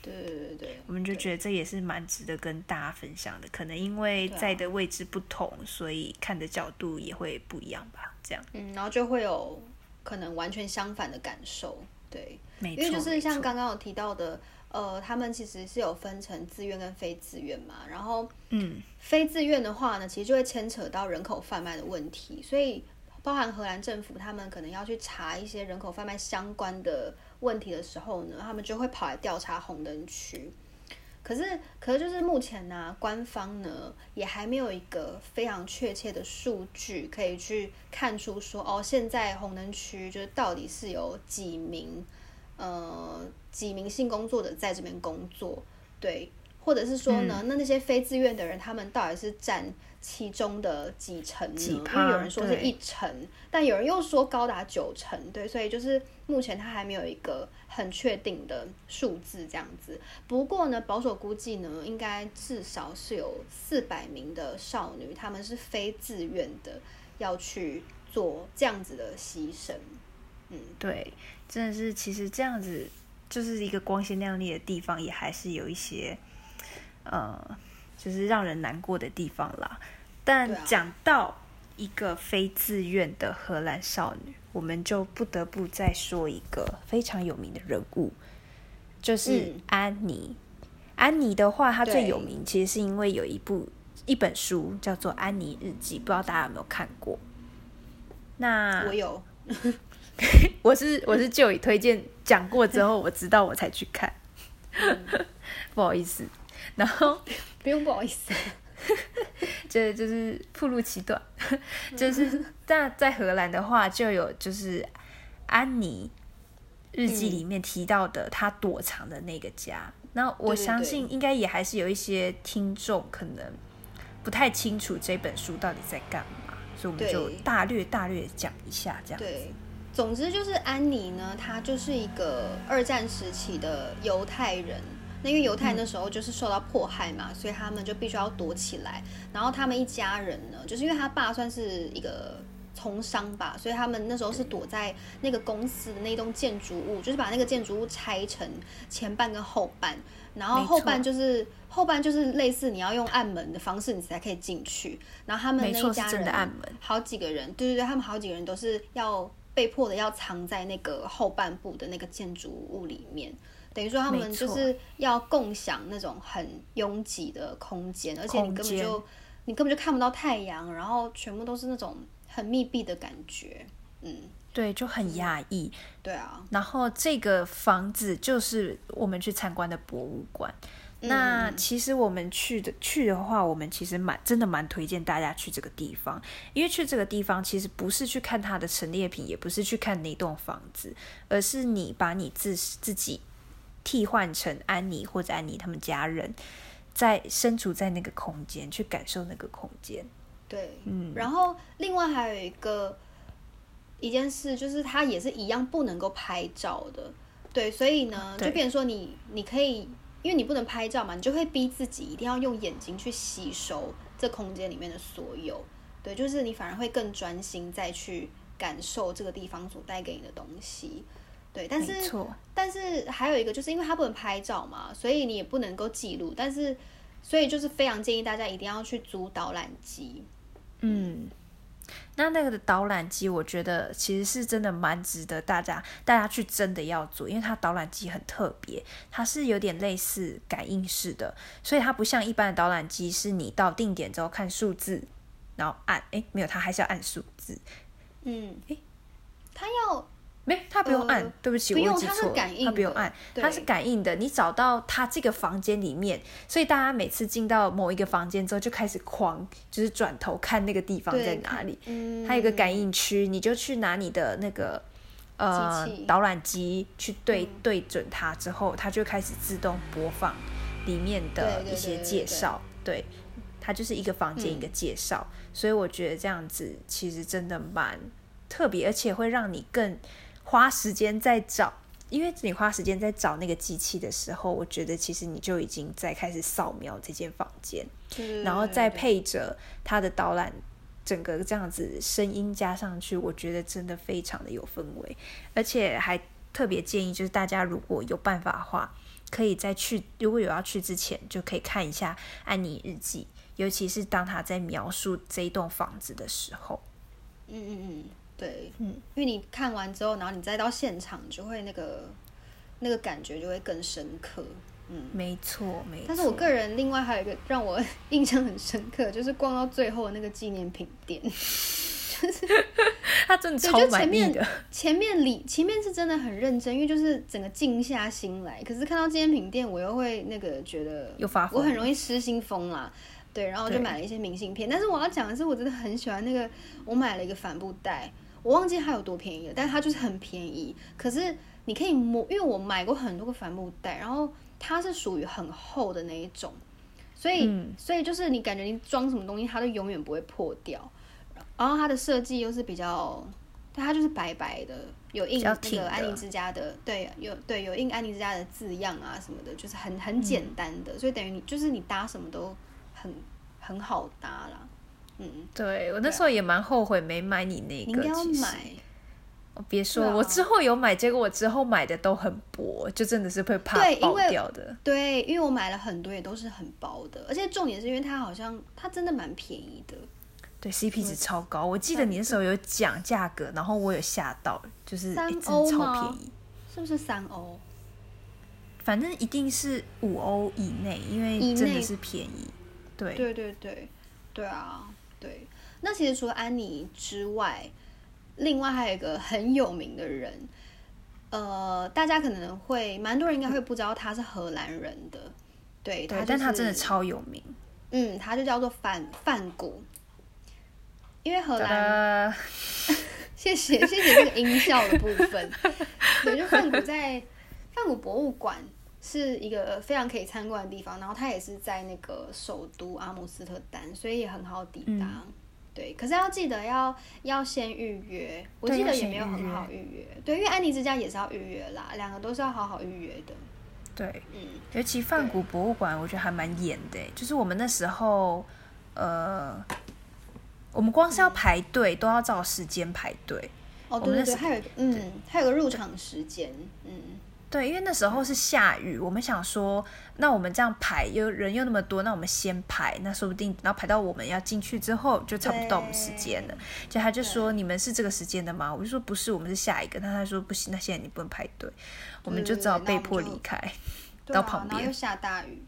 [SPEAKER 1] 对对对对
[SPEAKER 2] 我们就觉得这也是蛮值得跟大家分享的。可能因为
[SPEAKER 1] 对啊
[SPEAKER 2] 在的位置不同，所以看的角度也会不一样吧。这样
[SPEAKER 1] 嗯，然后就会有可能完全相反的感受，对，
[SPEAKER 2] 没
[SPEAKER 1] 因为
[SPEAKER 2] 错，
[SPEAKER 1] 就是
[SPEAKER 2] 没
[SPEAKER 1] 像
[SPEAKER 2] 错
[SPEAKER 1] 刚刚有提到的，呃，他们其实是有分成自愿跟非自愿嘛，然后
[SPEAKER 2] 嗯，
[SPEAKER 1] 非自愿的话呢，其实就会牵扯到人口贩卖的问题，所以包含荷兰政府他们可能要去查一些人口贩卖相关的问题的时候呢，他们就会跑来调查红灯区。可是，可是就是目前呢、官方呢也还没有一个非常确切的数据可以去看出说，哦，现在红灯区就是到底是有几名呃几名性工作者在这边工作，对，或者是说呢，那那些非自愿的人，他们到底是占其中的几成呢？
[SPEAKER 2] 几
[SPEAKER 1] 因为
[SPEAKER 2] 趴
[SPEAKER 1] 有人说是
[SPEAKER 2] 对
[SPEAKER 1] 一成，但有人又说高达九成，对，所以就是目前他还没有一个很确定的数字这样子。不过呢，保守估计呢，应该至少是有四百名的少女，他们是非自愿的要去做这样子的牺牲，嗯。
[SPEAKER 2] 对，真的是其实这样子就是一个光鲜亮丽的地方，也还是有一些呃，就是让人难过的地方啦。但
[SPEAKER 1] 对啊
[SPEAKER 2] 讲到一个非自愿的荷兰少女，我们就不得不再说一个非常有名的人物，就是
[SPEAKER 1] 嗯
[SPEAKER 2] 安妮。安妮的话，她最有
[SPEAKER 1] 对
[SPEAKER 2] 名其实是因为有一部一本书叫做《安妮日记》，不知道大家有没有看过？那
[SPEAKER 1] 我有，
[SPEAKER 2] 我是我是就以推荐讲过之后，我知道我才去看，
[SPEAKER 1] 嗯
[SPEAKER 2] 不好意思。然后
[SPEAKER 1] 不用不好意思。
[SPEAKER 2] 这就是铺路其短， 就是那在荷兰的话，就有就是安妮日记里面提到的她躲藏的那个家。那我
[SPEAKER 1] 对对
[SPEAKER 2] 相
[SPEAKER 1] 对
[SPEAKER 2] 信应该也还是有一些听众可能不太清楚这本书到底在干嘛，所以我们就
[SPEAKER 1] 对
[SPEAKER 2] 大略大略讲一下这样。
[SPEAKER 1] 对，总之就是安妮呢，她就是一个二战时期的犹太人。那因为犹太
[SPEAKER 2] 嗯
[SPEAKER 1] 那时候就是受到迫害嘛，所以他们就必须要躲起来。然后他们一家人呢，就是因为他爸算是一个从商吧，所以他们那时候是躲在那个公司的那栋建筑物，就是把那个建筑物拆成前半跟后半，然后
[SPEAKER 2] 没
[SPEAKER 1] 后
[SPEAKER 2] 错
[SPEAKER 1] 半就是后半就是类似你要用暗门的方式你才可以进去。然后他们
[SPEAKER 2] 没
[SPEAKER 1] 那
[SPEAKER 2] 错
[SPEAKER 1] 一家
[SPEAKER 2] 是真
[SPEAKER 1] 人
[SPEAKER 2] 的暗门
[SPEAKER 1] 好几个人，对对对，他们好几个人都是要被迫的要藏在那个后半部的那个建筑物里面，等于说他们
[SPEAKER 2] 没
[SPEAKER 1] 就
[SPEAKER 2] 错
[SPEAKER 1] 是要共享那种很拥挤的空间，而且你
[SPEAKER 2] 空
[SPEAKER 1] 根本
[SPEAKER 2] 间
[SPEAKER 1] 就你根本就看不到太阳，然后全部都是那种很密闭的感觉，嗯，
[SPEAKER 2] 对，就很压抑。
[SPEAKER 1] 对啊，
[SPEAKER 2] 然后这个房子就是我们去参观的博物馆。
[SPEAKER 1] 嗯
[SPEAKER 2] 那其实我们去的去的话，我们其实蛮真的蛮推荐大家去这个地方，因为去这个地方其实不是去看它的陈列品，也不是去看那栋房子，而是你把你自自己替换成安妮或者安妮他们家人，在身处在那个空间，去感受那个空间。
[SPEAKER 1] 对，嗯，然后另外还有一个一件事，就是它也是一样不能够拍照的，对，所以呢，就
[SPEAKER 2] 啊对
[SPEAKER 1] 变成说你你可以，因为你不能拍照嘛，你就会逼自己一定要用眼睛去吸收这空间里面的所有，对，就是你反而会更专心再去感受这个地方所带给你的东西，对，但是
[SPEAKER 2] 没错，
[SPEAKER 1] 但是还有一个，就是因为它不能拍照嘛，所以你也不能够记录。但是，所以就是非常建议大家一定要去租导览机。
[SPEAKER 2] 嗯，那那个的导览机，我觉得其实是真的蛮值得大家大家去真的要做，因为它导览机很特别，它是有点类似感应式的，所以它不像一般的导览机，是你到定点之后看数字，嗯然后按，诶，没有，它还是要按数字，
[SPEAKER 1] 嗯，它要
[SPEAKER 2] 没，它不用按，
[SPEAKER 1] 呃
[SPEAKER 2] 对不起，
[SPEAKER 1] 不用
[SPEAKER 2] 我记
[SPEAKER 1] 它是
[SPEAKER 2] 错了，
[SPEAKER 1] 感应
[SPEAKER 2] 哦它不用
[SPEAKER 1] 的
[SPEAKER 2] 按，它是
[SPEAKER 1] 对
[SPEAKER 2] 感应的。你找到它这个房间里面，所以大家每次进到某一个房间之后，就开始狂就是转头看那个地方
[SPEAKER 1] 对
[SPEAKER 2] 在哪里。
[SPEAKER 1] 嗯，
[SPEAKER 2] 它有一个感应区，你就去拿你的那个呃
[SPEAKER 1] 机器嗯
[SPEAKER 2] 导览机去对、对准它之后，它就开始自动播放里面的
[SPEAKER 1] 对对
[SPEAKER 2] 一些
[SPEAKER 1] 对对
[SPEAKER 2] 介
[SPEAKER 1] 对
[SPEAKER 2] 绍。对，它就是一个房间一个介绍，所以我觉得这样子其实真的蛮特别，而且会让你更花时间在找。因为你花时间在找那个机器的时候，我觉得其实你就已经在开始扫描这间房间，
[SPEAKER 1] 对，
[SPEAKER 2] 然后
[SPEAKER 1] 对
[SPEAKER 2] 再
[SPEAKER 1] 对
[SPEAKER 2] 配着它的导览，整个这样子声音加上去，我觉得真的非常的有氛围，而且还特别建议就是大家如果有办法的话，可以在去如果有要去之前，就可以看一下安妮日记，尤其是当他在描述这一栋房子的时候，
[SPEAKER 1] 嗯嗯嗯，对，
[SPEAKER 2] 嗯
[SPEAKER 1] 因为你看完之后，然后你再到现场，你就会那个那个感觉就会更深刻。嗯，
[SPEAKER 2] 没错，没错。
[SPEAKER 1] 但是我个人另外还有一个让我印象很深刻，就是逛到最后的那个纪念品店，
[SPEAKER 2] 他真的
[SPEAKER 1] 对
[SPEAKER 2] 超
[SPEAKER 1] 就
[SPEAKER 2] 满
[SPEAKER 1] 前
[SPEAKER 2] 意
[SPEAKER 1] 面
[SPEAKER 2] 的，
[SPEAKER 1] 前面里前面是真的很认真，因为就是整个静下心来。可是看到纪念品店，我又会那个觉得
[SPEAKER 2] 又发疯
[SPEAKER 1] 我很容易失心疯啦。对，然后我就
[SPEAKER 2] 对
[SPEAKER 1] 买了一些明信片。但是我要讲的是，我真的很喜欢那个，我买了一个帆布袋，我忘记它有多便宜了，但它就是很便宜。可是你可以摸，因为我买过很多个帆布袋，然后它是属于很厚的那一种，所以、
[SPEAKER 2] 嗯
[SPEAKER 1] 所以就是你感觉你装什么东西，它都永远不会破掉。然后它的设计又是比较，它就是白白的，有印
[SPEAKER 2] 比较
[SPEAKER 1] 那
[SPEAKER 2] 挺的
[SPEAKER 1] 个安妮之家的，对，有对有印安妮之家的字样啊什么的，就是很
[SPEAKER 2] 嗯
[SPEAKER 1] 很简单的，所以等于你就是你搭什么都很很好搭啦。嗯，
[SPEAKER 2] 对我那时候也蛮后悔没买你那
[SPEAKER 1] 你应
[SPEAKER 2] 个，
[SPEAKER 1] 该要
[SPEAKER 2] 其实
[SPEAKER 1] 买，
[SPEAKER 2] 哦别说，
[SPEAKER 1] 对啊
[SPEAKER 2] 我之后有买，结果我之后买的都很薄，就真的是会怕
[SPEAKER 1] 对因
[SPEAKER 2] 爆
[SPEAKER 1] 为
[SPEAKER 2] 掉的。
[SPEAKER 1] 对，因为我买了很多，也都是很薄的，而且重点是因为它好像它真的蛮便宜的，
[SPEAKER 2] 对，CP 值超高。我记得你那时候有讲价格，然后我有吓到，就是
[SPEAKER 1] 三
[SPEAKER 2] 诶真的
[SPEAKER 1] 欧
[SPEAKER 2] 超
[SPEAKER 1] 吗
[SPEAKER 2] 便宜，
[SPEAKER 1] 是不是三欧？
[SPEAKER 2] 反正一定是五欧以内，因
[SPEAKER 1] 以
[SPEAKER 2] 为真的
[SPEAKER 1] 内
[SPEAKER 2] 是便宜。对，
[SPEAKER 1] 对对对，对啊，对。那其实除了安妮之外，另外还有一个很有名的人，呃，大家可能会蛮多人应该会不知道他是荷兰人的，对，
[SPEAKER 2] 对
[SPEAKER 1] 他、就
[SPEAKER 2] 但
[SPEAKER 1] 是、
[SPEAKER 2] 它真的，超有名。
[SPEAKER 1] 嗯，他就叫做范范谷，因为荷
[SPEAKER 2] 哒
[SPEAKER 1] 兰
[SPEAKER 2] 哒，
[SPEAKER 1] 谢谢谢谢这个音效的部分。对，就梵谷在梵谷博物馆是一个非常可以参观的地方，然后它也是在那个首都阿姆斯特丹，所以也很好抵
[SPEAKER 2] 嗯
[SPEAKER 1] 达。对，可是要记得要要先预约，我
[SPEAKER 2] 对
[SPEAKER 1] 记
[SPEAKER 2] 要
[SPEAKER 1] 得也
[SPEAKER 2] 先
[SPEAKER 1] 没有
[SPEAKER 2] 预
[SPEAKER 1] 很
[SPEAKER 2] 约
[SPEAKER 1] 好预约。对，因为安妮之家也是要预约啦，两个都是要好好预约的。
[SPEAKER 2] 对，
[SPEAKER 1] 嗯，
[SPEAKER 2] 尤其梵谷博物馆，我觉得还蛮严的欸。就是我们那时候，呃，我们光是要排队都要照时间排队。
[SPEAKER 1] 哦，
[SPEAKER 2] 我
[SPEAKER 1] 对对
[SPEAKER 2] 们那
[SPEAKER 1] 对，
[SPEAKER 2] 时
[SPEAKER 1] 还有一个嗯，还有个入场时间，嗯，
[SPEAKER 2] 对，因为那时候是下雨，我们想说，那我们这样排又人又那么多，那我们先排，那说不定然后排到我们要进去之后，就差不多到我们时间了。就他就说你们是这个时间的吗？我就说不是，我们是下一个。那他说不行，那现在你不能排队，我们就只好
[SPEAKER 1] 对对对
[SPEAKER 2] 被
[SPEAKER 1] 那我
[SPEAKER 2] 迫
[SPEAKER 1] 们就
[SPEAKER 2] 离开。
[SPEAKER 1] 对
[SPEAKER 2] 到
[SPEAKER 1] 啊
[SPEAKER 2] 旁
[SPEAKER 1] 然后
[SPEAKER 2] 边
[SPEAKER 1] 又下大雨，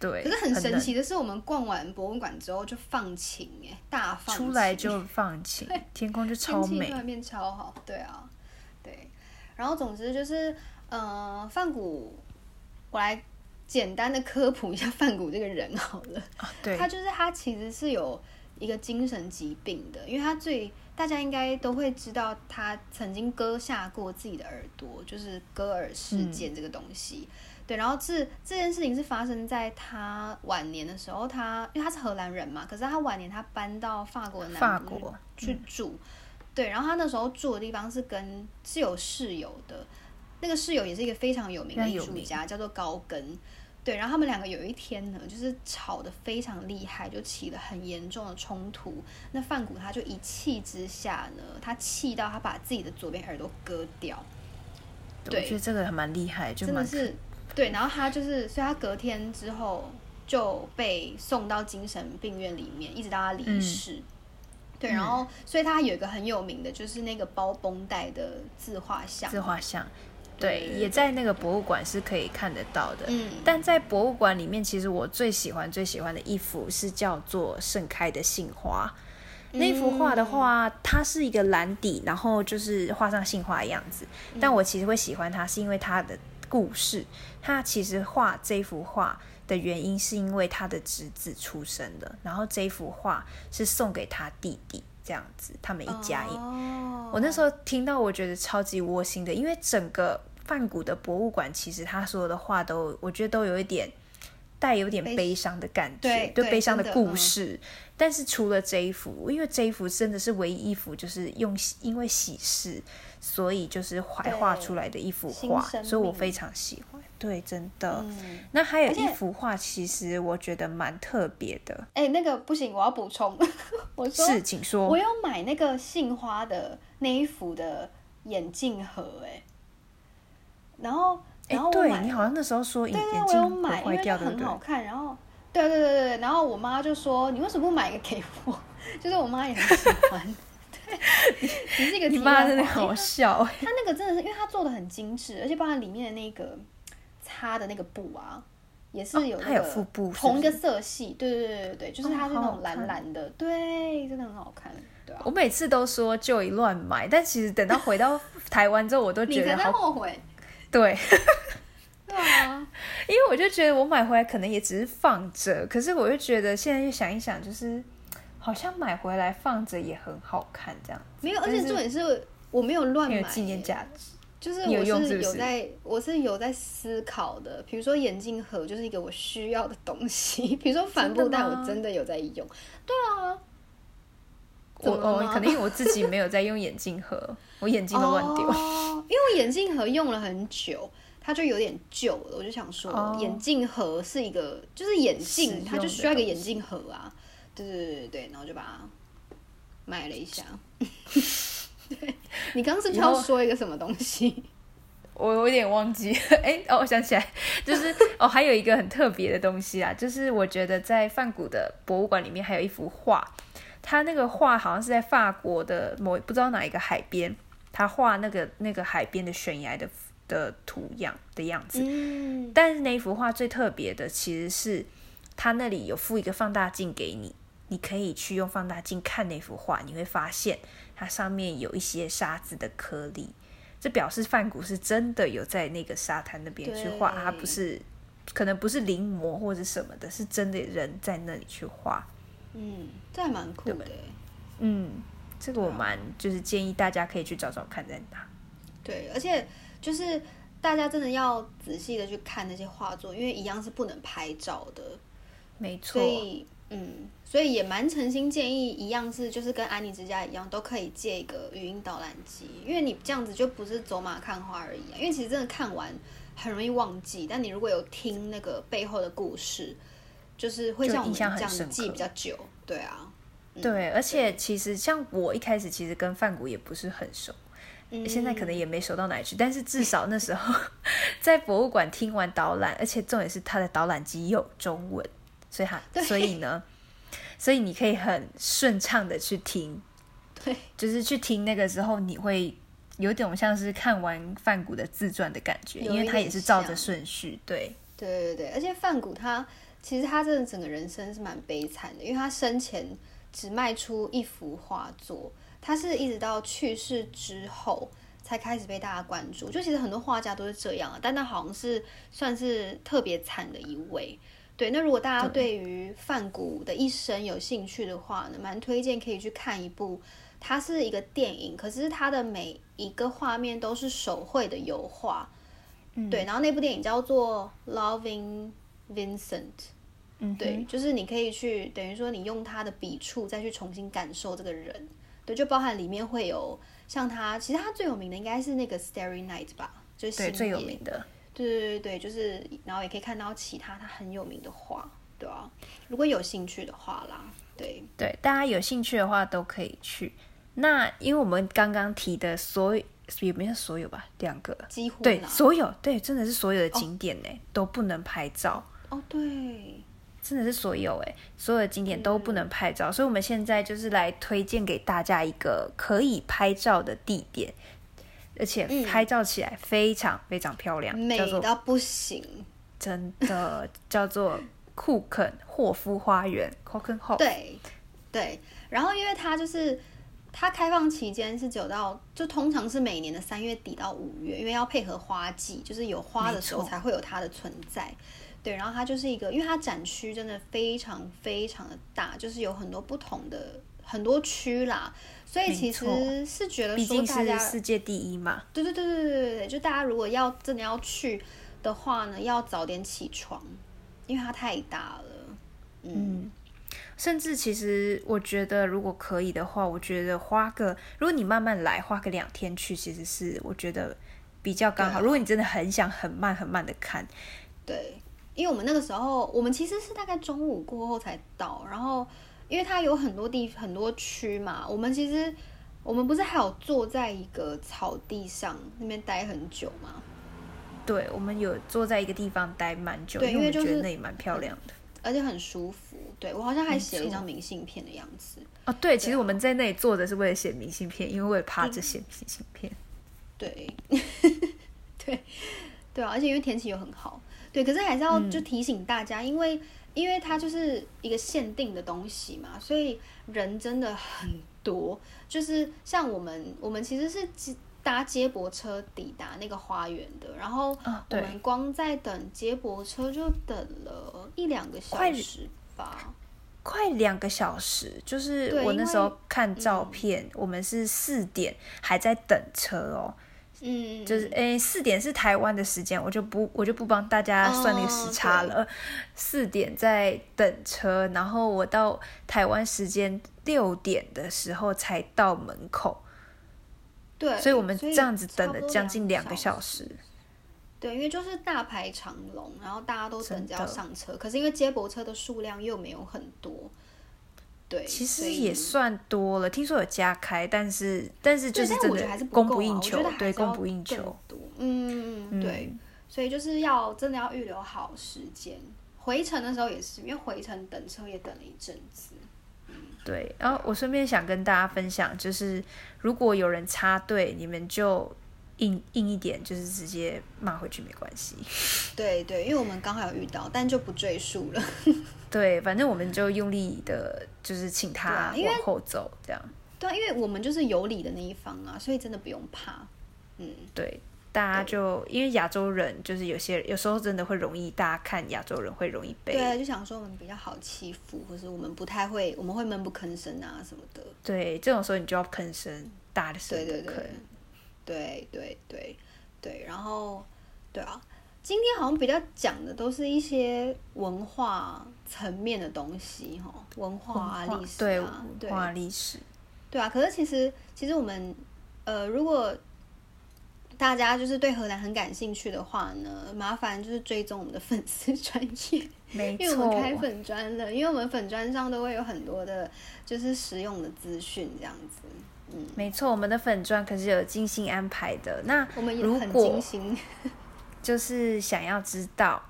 [SPEAKER 2] 对，
[SPEAKER 1] 可是很神
[SPEAKER 2] 冷
[SPEAKER 1] 奇的是，我们逛完博物馆之后就放晴哎、大放晴
[SPEAKER 2] 出 来就放晴，天空就
[SPEAKER 1] 天
[SPEAKER 2] 超
[SPEAKER 1] 气
[SPEAKER 2] 美
[SPEAKER 1] 突。然变超好，对啊，对。然后总之就是，呃，范谷，我来简单的科普一下范谷这个人好了。
[SPEAKER 2] 对
[SPEAKER 1] 他，就是他其实是有一个精神疾病的，因为他最大家应该都会知道，他曾经割下过自己的耳朵，就是割耳事件这个东西。对，然后这这件事情是发生在他晚年的时候，他因为他是荷兰人嘛，可是他晚年他搬到法国的南
[SPEAKER 2] 法
[SPEAKER 1] 部
[SPEAKER 2] 国
[SPEAKER 1] 去住，对，然后他那时候住的地方是跟是有室友的，那个室友也是一个非常有名的
[SPEAKER 2] 那
[SPEAKER 1] 艺
[SPEAKER 2] 有
[SPEAKER 1] 术
[SPEAKER 2] 名
[SPEAKER 1] 家，叫做高更。对，然后他们两个有一天呢，就是吵得非常厉害，就起了很严重的冲突。那范谷他就一气之下呢，他气到他把自己的左边耳朵割掉，
[SPEAKER 2] 对
[SPEAKER 1] 对
[SPEAKER 2] 我觉得这个还蛮厉害，就
[SPEAKER 1] 真的
[SPEAKER 2] 蛮
[SPEAKER 1] 是对。然后他就是，所以他隔天之后就被送到精神病院里面，一直到他离
[SPEAKER 2] 嗯
[SPEAKER 1] 世。对，然后所以他有一个很有名的，就是那个包绷带的自画像。
[SPEAKER 2] 自画像。
[SPEAKER 1] 对
[SPEAKER 2] 对，也在那个博物馆是可以看得到的。
[SPEAKER 1] 嗯，
[SPEAKER 2] 但在博物馆里面，其实我最喜欢最喜欢的一幅是叫做《盛开的杏花》，那幅画的话，它是一个蓝底，然后就是画上杏花的样子。嗯但我其实会喜欢它，是因为它的故事。他其实画这幅画的原因，是因为他的侄子出生了，然后这幅画是送给他弟弟，这样子，他们一家一
[SPEAKER 1] 哦，
[SPEAKER 2] 我那时候听到，我觉得超级窝心的，因为整个梵谷的博物馆，其实它所有的画都，我觉得都有一点带有点
[SPEAKER 1] 悲
[SPEAKER 2] 悲伤的感觉，
[SPEAKER 1] 对
[SPEAKER 2] 对
[SPEAKER 1] 对
[SPEAKER 2] 悲伤
[SPEAKER 1] 真
[SPEAKER 2] 的
[SPEAKER 1] 的
[SPEAKER 2] 故
[SPEAKER 1] 嗯
[SPEAKER 2] 事。但是除了这一幅，因为这一幅真的是唯一一幅，就是用喜因为喜事，所以就是怀画
[SPEAKER 1] 对
[SPEAKER 2] 出来的一幅
[SPEAKER 1] 新
[SPEAKER 2] 画，
[SPEAKER 1] 生
[SPEAKER 2] 所以我
[SPEAKER 1] 命
[SPEAKER 2] 非常喜欢。对，真的。
[SPEAKER 1] 嗯
[SPEAKER 2] 那还有
[SPEAKER 1] 而
[SPEAKER 2] 一
[SPEAKER 1] 且
[SPEAKER 2] 幅画，其实我觉得蛮特别的。
[SPEAKER 1] 哎、那个不行，我要补充。 我说
[SPEAKER 2] 是，请说。
[SPEAKER 1] 我有买那个杏花的那一幅的眼镜盒、哎，然后
[SPEAKER 2] 哎
[SPEAKER 1] 然后，我
[SPEAKER 2] 对
[SPEAKER 1] 买，
[SPEAKER 2] 你好像那时候说眼
[SPEAKER 1] 对对
[SPEAKER 2] 眼
[SPEAKER 1] 对，我有
[SPEAKER 2] 睛
[SPEAKER 1] 买，因
[SPEAKER 2] 会
[SPEAKER 1] 为
[SPEAKER 2] 坏掉，
[SPEAKER 1] 它
[SPEAKER 2] 对
[SPEAKER 1] 很
[SPEAKER 2] 不对？
[SPEAKER 1] 好看。然后，对对对对对，然后我妈就说：“你为什么不买一个给我？” 就是我妈也很喜欢。对，只是一个
[SPEAKER 2] 你
[SPEAKER 1] 题
[SPEAKER 2] 妈
[SPEAKER 1] 外
[SPEAKER 2] 真的
[SPEAKER 1] 话因
[SPEAKER 2] 好
[SPEAKER 1] 为
[SPEAKER 2] 笑 哎、
[SPEAKER 1] 它那个真的是，因为它做的很精致，而且包含里面的那个擦的那个布啊，也是有、那个
[SPEAKER 2] 哦它有附布是不是
[SPEAKER 1] 同一个色系，对对对对对，就是它是那
[SPEAKER 2] 哦好好
[SPEAKER 1] 种蓝蓝的，对，真的很好看，对啊
[SPEAKER 2] 我。每次都说 Joy 乱买，但其实等到 回到台湾之后，我都
[SPEAKER 1] 你
[SPEAKER 2] 觉
[SPEAKER 1] 才
[SPEAKER 2] 得
[SPEAKER 1] 在
[SPEAKER 2] 好
[SPEAKER 1] 后悔，
[SPEAKER 2] 对，
[SPEAKER 1] 对 啊，
[SPEAKER 2] 因为我就觉得我买回来可能也只是放着，可是我就觉得现在又想一想，就是好像买回来放着也很好看，这样
[SPEAKER 1] 没有，而
[SPEAKER 2] 但
[SPEAKER 1] 且
[SPEAKER 2] 是
[SPEAKER 1] 重点是我没有乱
[SPEAKER 2] 很有
[SPEAKER 1] 买，
[SPEAKER 2] 纪念价值。
[SPEAKER 1] 就是
[SPEAKER 2] 你有
[SPEAKER 1] 我
[SPEAKER 2] 用是
[SPEAKER 1] 是
[SPEAKER 2] 不
[SPEAKER 1] 有
[SPEAKER 2] 是
[SPEAKER 1] 在，我是有在思考的。比如说眼镜盒就是一个我需要的东西， 比如说帆布
[SPEAKER 2] 真的
[SPEAKER 1] 袋，
[SPEAKER 2] 吗
[SPEAKER 1] 我真的有在用。
[SPEAKER 2] 我
[SPEAKER 1] 怎么
[SPEAKER 2] 我
[SPEAKER 1] 了吗
[SPEAKER 2] 可能因为我自己没有在用眼镜盒，我眼镜都乱丢。
[SPEAKER 1] 哦因为我眼镜盒用了很久，它就有点旧了，我就想说，
[SPEAKER 2] 哦
[SPEAKER 1] 眼镜盒是一个，就是眼
[SPEAKER 2] 实
[SPEAKER 1] 镜，
[SPEAKER 2] 用
[SPEAKER 1] 它就需要一个
[SPEAKER 2] 的东
[SPEAKER 1] 眼镜盒啊。对对对对对，然后就把它买了一下。 对，你刚刚是不是
[SPEAKER 2] 以
[SPEAKER 1] 要
[SPEAKER 2] 后
[SPEAKER 1] 说一个什么东西？
[SPEAKER 2] 我有点忘记， 哎、哦，我想起来， 就是哦，还有一个很特别的东西啊，就是我觉得在梵谷的博物馆里面还有一幅画，他那个画好像是在法国的某不知道哪一个海边，他画那个那个海边的悬崖的的图样的样子，
[SPEAKER 1] 嗯，
[SPEAKER 2] 但是那一幅画最特别的其实是它那里有附一个放大镜给你，你可以去用放大镜看那幅画，你会发现它上面有一些沙子的颗粒，这表示梵谷是真的有在那个沙滩那边去画，
[SPEAKER 1] 对
[SPEAKER 2] 它不是可能不是临摹或者什么的，是真的人在那里去画。
[SPEAKER 1] 嗯，这还蛮酷的欸。
[SPEAKER 2] 嗯，这个我蛮就是建议大家可以去找找看在哪。
[SPEAKER 1] 对，而且就是大家真的要仔细的去看那些画作，因为一样是不能拍照的，
[SPEAKER 2] 没错
[SPEAKER 1] 所，以嗯，所以也蛮诚心建议，一样是就是跟安妮之家一样，都可以借一个语音导览机，因为你这样子就不是走马看花而已、啊，因为其实真的看完很容易忘记，但你如果有听那个背后的故事，就是会
[SPEAKER 2] 就
[SPEAKER 1] 像我
[SPEAKER 2] 印
[SPEAKER 1] 们这
[SPEAKER 2] 象很
[SPEAKER 1] 样
[SPEAKER 2] 深
[SPEAKER 1] 记
[SPEAKER 2] 刻
[SPEAKER 1] 比较久，对啊，
[SPEAKER 2] 对，而且其实像我一开始其实跟梵谷也不是很熟。
[SPEAKER 1] 嗯，
[SPEAKER 2] 现在可能也没熟到哪里去，但是至少那时候 在博物馆听完导览，而且重点是他的导览机有中文，所以他所以呢，所以你可以很顺畅的去听，
[SPEAKER 1] 对，
[SPEAKER 2] 就是去听那个时候你会有种像是看完梵谷的自传的感觉，
[SPEAKER 1] 有
[SPEAKER 2] 因为
[SPEAKER 1] 一
[SPEAKER 2] 他也
[SPEAKER 1] 点
[SPEAKER 2] 是照着
[SPEAKER 1] 像
[SPEAKER 2] 顺序，对，
[SPEAKER 1] 对对对，而且范谷他其实他真的整个人生是蛮悲惨的，因为他生前只卖出一幅画作，他是一直到去世之后才开始被大家关注。就其实很多画家都是这样啊，但他好像是算是特别惨的一位。对，那如果大家对于范谷的一生有兴趣的话呢，蛮推荐可以去看一部，它是一个电影，可是它的每一个画面都是手绘的油画，
[SPEAKER 2] 嗯
[SPEAKER 1] 对，然后那部电影叫做《Loving Vincent》，
[SPEAKER 2] 嗯，
[SPEAKER 1] 对，，就是你可以去等于说你用他的笔触再去重新感受这个人，对，就包含里面会有像他，其实他最有名的应该是那个《Starry Night》吧，就是
[SPEAKER 2] 对，
[SPEAKER 1] 星
[SPEAKER 2] 最有
[SPEAKER 1] 夜
[SPEAKER 2] 名的，
[SPEAKER 1] 对对对对，就是然后也可以看到其他他很有名的画，对啊，如果有兴趣的话啦，对，
[SPEAKER 2] 对，大家有兴趣的话都可以去。那因为我们刚刚提的所有也没有所有吧，两个
[SPEAKER 1] 几乎
[SPEAKER 2] 对，
[SPEAKER 1] 啦
[SPEAKER 2] 所有对，真的是所有的景点呢、都不能拍照，
[SPEAKER 1] 哦对，
[SPEAKER 2] 真的是所有哎、所有的景点都
[SPEAKER 1] 嗯
[SPEAKER 2] 不能拍照，所以我们现在就是来推荐给大家一个可以拍照的地点，而且
[SPEAKER 1] 嗯
[SPEAKER 2] 拍照起来非常非常漂亮，
[SPEAKER 1] 美
[SPEAKER 2] 叫做
[SPEAKER 1] 到不行，
[SPEAKER 2] 真的叫做库肯霍夫花园 c o c k e n h o f
[SPEAKER 1] 对对，然后因为它就是它开放期间是九到，就通常是每年的三月底到五月，因为要配合花季，就是有花的时候
[SPEAKER 2] 没错
[SPEAKER 1] 才会有它的存在。对，然后它就是一个，因为它展区真的非常非常的大，就是有很多不同的很多区啦，所以
[SPEAKER 2] 没
[SPEAKER 1] 其
[SPEAKER 2] 错
[SPEAKER 1] 实是觉得
[SPEAKER 2] 毕
[SPEAKER 1] 说
[SPEAKER 2] 竟
[SPEAKER 1] 大家
[SPEAKER 2] 是世界第一嘛。
[SPEAKER 1] 对对对对对对对，就大家如果要真的要去的话呢，要早点起床，因为它太大了。嗯，
[SPEAKER 2] 甚至其实我觉得，如果可以的话，我觉得花个，如果你慢慢来，花个两天去，其实是我觉得比较刚好。如果你真的很想很慢很慢的看，
[SPEAKER 1] 对，因为我们那个时候，我们其实是大概中午过后才到，然后因为它有很多地很多区嘛，我们其实我们不是还有坐在一个草地上那边待很久吗？
[SPEAKER 2] 对我们有坐在一个地方待蛮久，
[SPEAKER 1] 对
[SPEAKER 2] 因为我们
[SPEAKER 1] 因为就
[SPEAKER 2] 觉
[SPEAKER 1] 是
[SPEAKER 2] 得那里蛮漂亮的。
[SPEAKER 1] 而且很舒服，对我好像还写了一
[SPEAKER 2] 错
[SPEAKER 1] 张明信片的样子。
[SPEAKER 2] 哦，对，其实我们在那里坐着是为了写明信片，因为为了趴着写明信片。
[SPEAKER 1] 对，对，对啊，而且因为天气又很好，对，可是还是
[SPEAKER 2] 嗯
[SPEAKER 1] 要就提醒大家，因为因为它就是一个限定的东西嘛，所以人真的很多，就是像我们我们其实是接搭接驳车抵达那个花园的，然后
[SPEAKER 2] 啊
[SPEAKER 1] 我
[SPEAKER 2] 对
[SPEAKER 1] 们光在等接驳车就等了一两个小
[SPEAKER 2] 快
[SPEAKER 1] 时吧，
[SPEAKER 2] 快两个小时，就是
[SPEAKER 1] 对
[SPEAKER 2] 我
[SPEAKER 1] 因
[SPEAKER 2] 那
[SPEAKER 1] 为
[SPEAKER 2] 时候看照片，我们是四点还在等车哦，
[SPEAKER 1] 嗯，
[SPEAKER 2] 就是哎诶四点是台湾的时间，我就不我就不帮大家算那个时差
[SPEAKER 1] 哦
[SPEAKER 2] 了。四、点在等车，然后我到台湾时间六点的时候才到门口，
[SPEAKER 1] 对，
[SPEAKER 2] 所以我们这样子
[SPEAKER 1] 差
[SPEAKER 2] 等
[SPEAKER 1] 不
[SPEAKER 2] 了
[SPEAKER 1] 多
[SPEAKER 2] 将近两
[SPEAKER 1] 两
[SPEAKER 2] 个小时。
[SPEAKER 1] 对，因为就是大排长龙，然后大家都等着要
[SPEAKER 2] 真的
[SPEAKER 1] 上车，可是因为接驳车的数量又没有很多，对，
[SPEAKER 2] 其
[SPEAKER 1] 所
[SPEAKER 2] 实
[SPEAKER 1] 以
[SPEAKER 2] 也算多了，听说有加开，但是但是就
[SPEAKER 1] 对，
[SPEAKER 2] 是
[SPEAKER 1] 但
[SPEAKER 2] 真
[SPEAKER 1] 我觉
[SPEAKER 2] 的
[SPEAKER 1] 得还是不
[SPEAKER 2] 供
[SPEAKER 1] 够啊
[SPEAKER 2] 应
[SPEAKER 1] 我觉
[SPEAKER 2] 求
[SPEAKER 1] 得，还
[SPEAKER 2] 对，
[SPEAKER 1] 是要
[SPEAKER 2] 供不应
[SPEAKER 1] 更
[SPEAKER 2] 求。
[SPEAKER 1] 多，嗯，对，所以就是要真的要预留好时间。回程的时候也是，因为回程等车也等了一阵子，
[SPEAKER 2] 对，然后我顺便想跟大家分享，就是如果有人插队，你们就硬硬一点，就是直接骂回去没关系。
[SPEAKER 1] 对对，因为我们刚好有遇到，但就不赘述了。
[SPEAKER 2] 对，反正我们就用力的，就是请他
[SPEAKER 1] 对啊因为
[SPEAKER 2] 往后走，这样。
[SPEAKER 1] 对啊，因为我们就是有理的那一方啊，所以真的不用怕。嗯，
[SPEAKER 2] 对，大家就因为亚洲人，就是有些有时候真的会容易，大家看亚洲人会容易被
[SPEAKER 1] 对，啊就想说我们比较好欺负，或是我们不太会，我们会闷不吭声啊什么的。
[SPEAKER 2] 对这种时候你就要吭声，大的声
[SPEAKER 1] 对对
[SPEAKER 2] 地吭
[SPEAKER 1] 对，对对对对，然后对啊，今天好像比较讲的都是一些文化层面的东西哈，文化啊、历史
[SPEAKER 2] 对
[SPEAKER 1] 啊，对
[SPEAKER 2] 文化历史，
[SPEAKER 1] 对啊。可是其实其实我们呃，如果大家就是对荷兰很感兴趣的话呢，麻烦就是追踪我们的粉丝专业。
[SPEAKER 2] 没
[SPEAKER 1] 因为我们开
[SPEAKER 2] 错，
[SPEAKER 1] 粉砖了，因为我们粉砖上都会有很多的，就是实用的资讯这样子。嗯，
[SPEAKER 2] 没错，我们的粉钻可是有精心安排的。那
[SPEAKER 1] 我们也
[SPEAKER 2] 如
[SPEAKER 1] 很
[SPEAKER 2] 果
[SPEAKER 1] 精心。
[SPEAKER 2] 就是想要知道，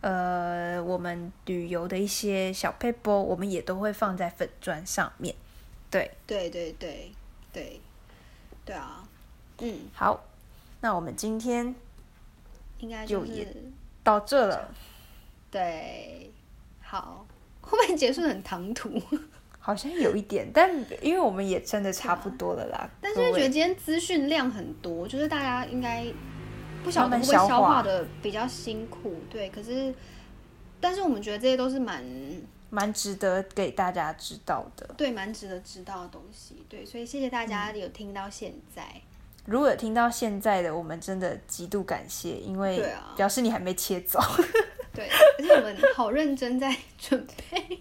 [SPEAKER 2] 呃，我们旅游的一些小 p a p e 我们也都会放在粉砖上面。对，
[SPEAKER 1] 对对对对对啊，嗯，
[SPEAKER 2] 好，那我们今天
[SPEAKER 1] 应该就
[SPEAKER 2] 就也
[SPEAKER 1] 是
[SPEAKER 2] 到这了，
[SPEAKER 1] 对，好，会不会结束得很唐突？
[SPEAKER 2] 好像有一点，但因为我们也真的差不多了啦。
[SPEAKER 1] 但是
[SPEAKER 2] 各
[SPEAKER 1] 会
[SPEAKER 2] 位
[SPEAKER 1] 觉得今天资讯量很多，就是大家应该不晓得
[SPEAKER 2] 慢慢
[SPEAKER 1] 会不会消
[SPEAKER 2] 消
[SPEAKER 1] 化
[SPEAKER 2] 化
[SPEAKER 1] 的比较辛苦，对，可是。但是我们觉得这些都是蛮
[SPEAKER 2] 蛮值得给大家知道的。
[SPEAKER 1] 对蛮值得知道的东西，对，所以谢谢大家
[SPEAKER 2] 嗯
[SPEAKER 1] 有听到现 在。
[SPEAKER 2] 如果有听到现在的，我们真的极度感谢，因为
[SPEAKER 1] 对啊
[SPEAKER 2] 表示你还没切走。
[SPEAKER 1] 对，而且我们好认真在准备，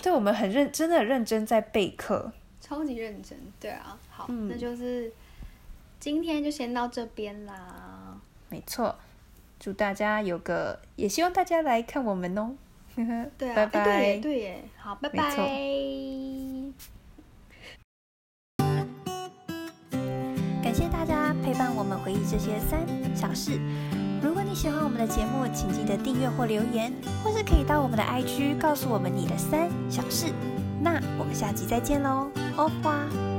[SPEAKER 2] 对我们很认，真的很认真在备课。
[SPEAKER 1] 超级认真。对啊，好，那
[SPEAKER 2] 嗯
[SPEAKER 1] 就是今天就先到这边啦。
[SPEAKER 2] 没错，祝大家有个，也希望大家来看我们哦。
[SPEAKER 1] 对啊，哎对耶，
[SPEAKER 2] 拜拜
[SPEAKER 1] 对耶，好，拜
[SPEAKER 2] 没错
[SPEAKER 1] 拜。
[SPEAKER 3] 感谢大家陪伴我们回忆这些三小事。如果你喜欢我们的节目，请记得订阅或留言，或是可以到我们的 IG 告诉我们你的三小事。那我们下集再见喽，欧花。